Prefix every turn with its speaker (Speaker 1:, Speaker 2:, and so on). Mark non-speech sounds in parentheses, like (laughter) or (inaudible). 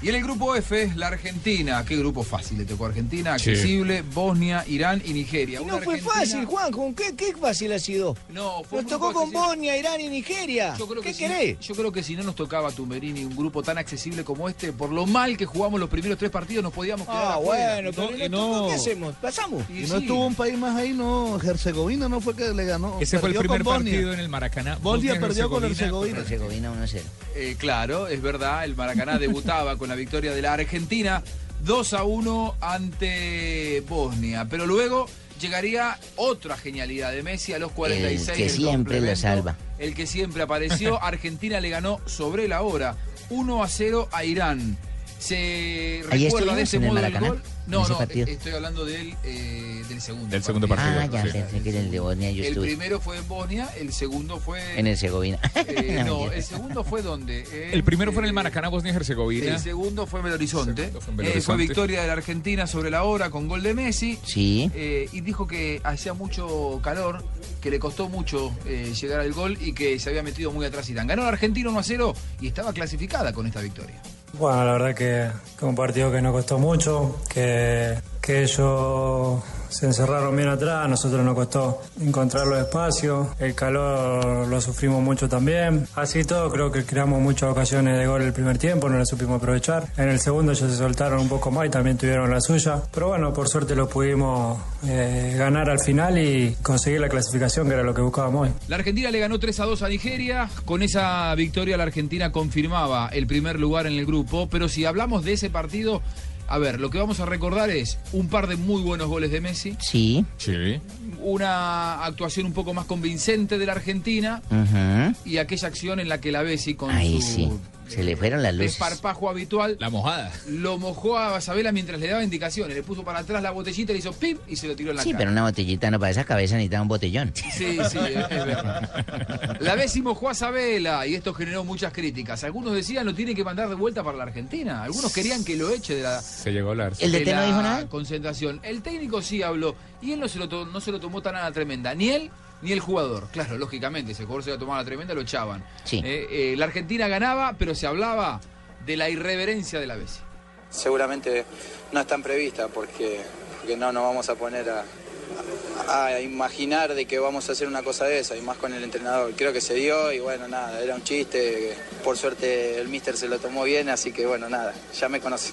Speaker 1: Y en el grupo F, la Argentina. Qué grupo fácil le tocó a Argentina,
Speaker 2: Sí.
Speaker 1: accesible, Bosnia, Irán y Nigeria.
Speaker 3: Y
Speaker 1: Una
Speaker 3: no fue
Speaker 1: Argentina-
Speaker 3: fácil, Juanjo. ¿Qué, qué fácil ha sido?
Speaker 1: No, fue muy
Speaker 3: Nos tocó con
Speaker 1: fácil.
Speaker 3: Bosnia, Irán y Nigeria.
Speaker 1: Yo creo que
Speaker 3: ¿Qué
Speaker 1: si-
Speaker 3: querés?
Speaker 1: yo creo que si no nos tocaba Tumberini, un grupo tan accesible como este, por lo mal que jugamos los primeros tres partidos, nos podíamos quedar
Speaker 3: Ah,
Speaker 1: afuera.
Speaker 3: bueno,
Speaker 4: no,
Speaker 3: pero
Speaker 4: y
Speaker 3: nos tocó,
Speaker 4: no.
Speaker 3: ¿qué hacemos? ¿Pasamos?
Speaker 1: Y
Speaker 4: Y no
Speaker 1: sí,
Speaker 4: estuvo un país más ahí, no. Herzegovina no fue que le ganó.
Speaker 5: Ese fue el
Speaker 4: Perdió
Speaker 5: primer
Speaker 4: con Bosnia.
Speaker 5: partido en el Maracaná.
Speaker 4: Bosnia perdió con
Speaker 5: Herzegovina.
Speaker 4: Herzegovina.
Speaker 3: Herzegovina 1-0.
Speaker 1: eh, claro, es verdad, el Maracaná
Speaker 6: (laughs)
Speaker 1: debutaba con la victoria de la Argentina 2 a 1 ante Bosnia. Pero luego llegaría otra genialidad de Messi a los 46.
Speaker 6: El que
Speaker 1: del
Speaker 6: siempre lo
Speaker 1: complemento.
Speaker 6: salva.
Speaker 1: El que siempre
Speaker 6: (laughs)
Speaker 1: apareció. Argentina le ganó sobre la hora 1 a 0 a Irán. ¿Se
Speaker 6: Ahí
Speaker 1: recuerda de
Speaker 6: estuvimos
Speaker 1: ese
Speaker 6: en el
Speaker 1: modo
Speaker 6: Maracaná,
Speaker 1: gol?
Speaker 6: en
Speaker 1: No,
Speaker 6: ese
Speaker 1: no,
Speaker 6: partido.
Speaker 1: eh, estoy hablando del, eh, del segundo.
Speaker 5: Del segundo
Speaker 6: Ah,
Speaker 5: partido,
Speaker 6: ya
Speaker 5: sí.
Speaker 6: pensé que en el de Bosnia yo
Speaker 1: El
Speaker 6: estuve.
Speaker 1: primero fue en Bosnia, el segundo fue...
Speaker 6: En Herzegovina.
Speaker 1: eh,
Speaker 6: (laughs) No,
Speaker 1: no,
Speaker 6: mentira.
Speaker 1: el segundo fue donde... En,
Speaker 5: El primero fue en
Speaker 1: eh,
Speaker 5: el Maracaná, Bosnia y Herzegovina.
Speaker 1: El segundo fue en Belo Horizonte.
Speaker 5: El segundo fue en Belo
Speaker 1: Eh, Fue
Speaker 5: Horizonte.
Speaker 1: victoria de la Argentina sobre la hora con gol de Messi.
Speaker 6: Sí.
Speaker 1: Eh, y dijo que hacía mucho calor, que le costó mucho eh, llegar al gol y que se había metido muy atrás Irán. Ganó la Argentina 1 a 0 y estaba clasificada con esta victoria.
Speaker 7: Bueno, la verdad que, que un partido que nos costó mucho, que, que ellos se encerraron bien atrás, a nosotros nos costó encontrar los espacios, el calor lo sufrimos mucho también. Así todo, creo que creamos muchas ocasiones de gol el primer tiempo, no las supimos aprovechar. En el segundo ellos se soltaron un poco más y también tuvieron la suya, pero bueno, por suerte lo pudimos eh, ganar al final y conseguir la clasificación que era lo que buscábamos hoy.
Speaker 1: La Argentina le ganó 3 a 2 a Nigeria. Con esa victoria la Argentina confirmaba el primer lugar en el grupo. Pero si hablamos de ese partido, a ver, lo que vamos a recordar es un par de muy buenos goles de Messi.
Speaker 6: Sí.
Speaker 5: Sí.
Speaker 1: una actuación un poco más convincente de la Argentina
Speaker 6: Ujú.
Speaker 1: y aquella acción en la que la Bessi con
Speaker 6: Ahí
Speaker 1: su
Speaker 6: sí. Se le fueron las luces.
Speaker 1: desparpajo habitual
Speaker 5: La mojada.
Speaker 1: lo mojó a Isabela mientras le daba indicaciones, le puso para atrás la botellita, le hizo pip y se lo tiró en la
Speaker 6: Sí, pero
Speaker 1: cara.
Speaker 6: una botellita no para esa cabeza necesita
Speaker 1: (laughs)
Speaker 6: un botellón.
Speaker 1: Sí, sí, es, es verdad. La Bessi mojó a Isabela y esto generó muchas críticas. Algunos decían lo tiene que mandar de vuelta para la Argentina. Algunos querían que lo eche de la,
Speaker 5: Se llegó a hablar.
Speaker 6: El
Speaker 1: de
Speaker 6: DT no
Speaker 1: la
Speaker 6: dijo nada.
Speaker 1: Concentración. El técnico sí habló y él no se lo, to- no se lo tomó tan a la tremenda. Ni él ni el jugador. Claro, lógicamente, si el jugador se lo tomaba a la tremenda, lo echaban.
Speaker 6: Sí.
Speaker 1: Eh, eh, la Argentina ganaba, pero se hablaba de la irreverencia de la Bessi.
Speaker 8: seguramente no están previstas porque, porque no nos vamos a poner a, a- a imaginar de que vamos a hacer una cosa de esa y más con el entrenador. Creo que se dio y bueno, nada, era un chiste. Por suerte el mister se lo tomó bien, así que bueno, nada, ya me conoce.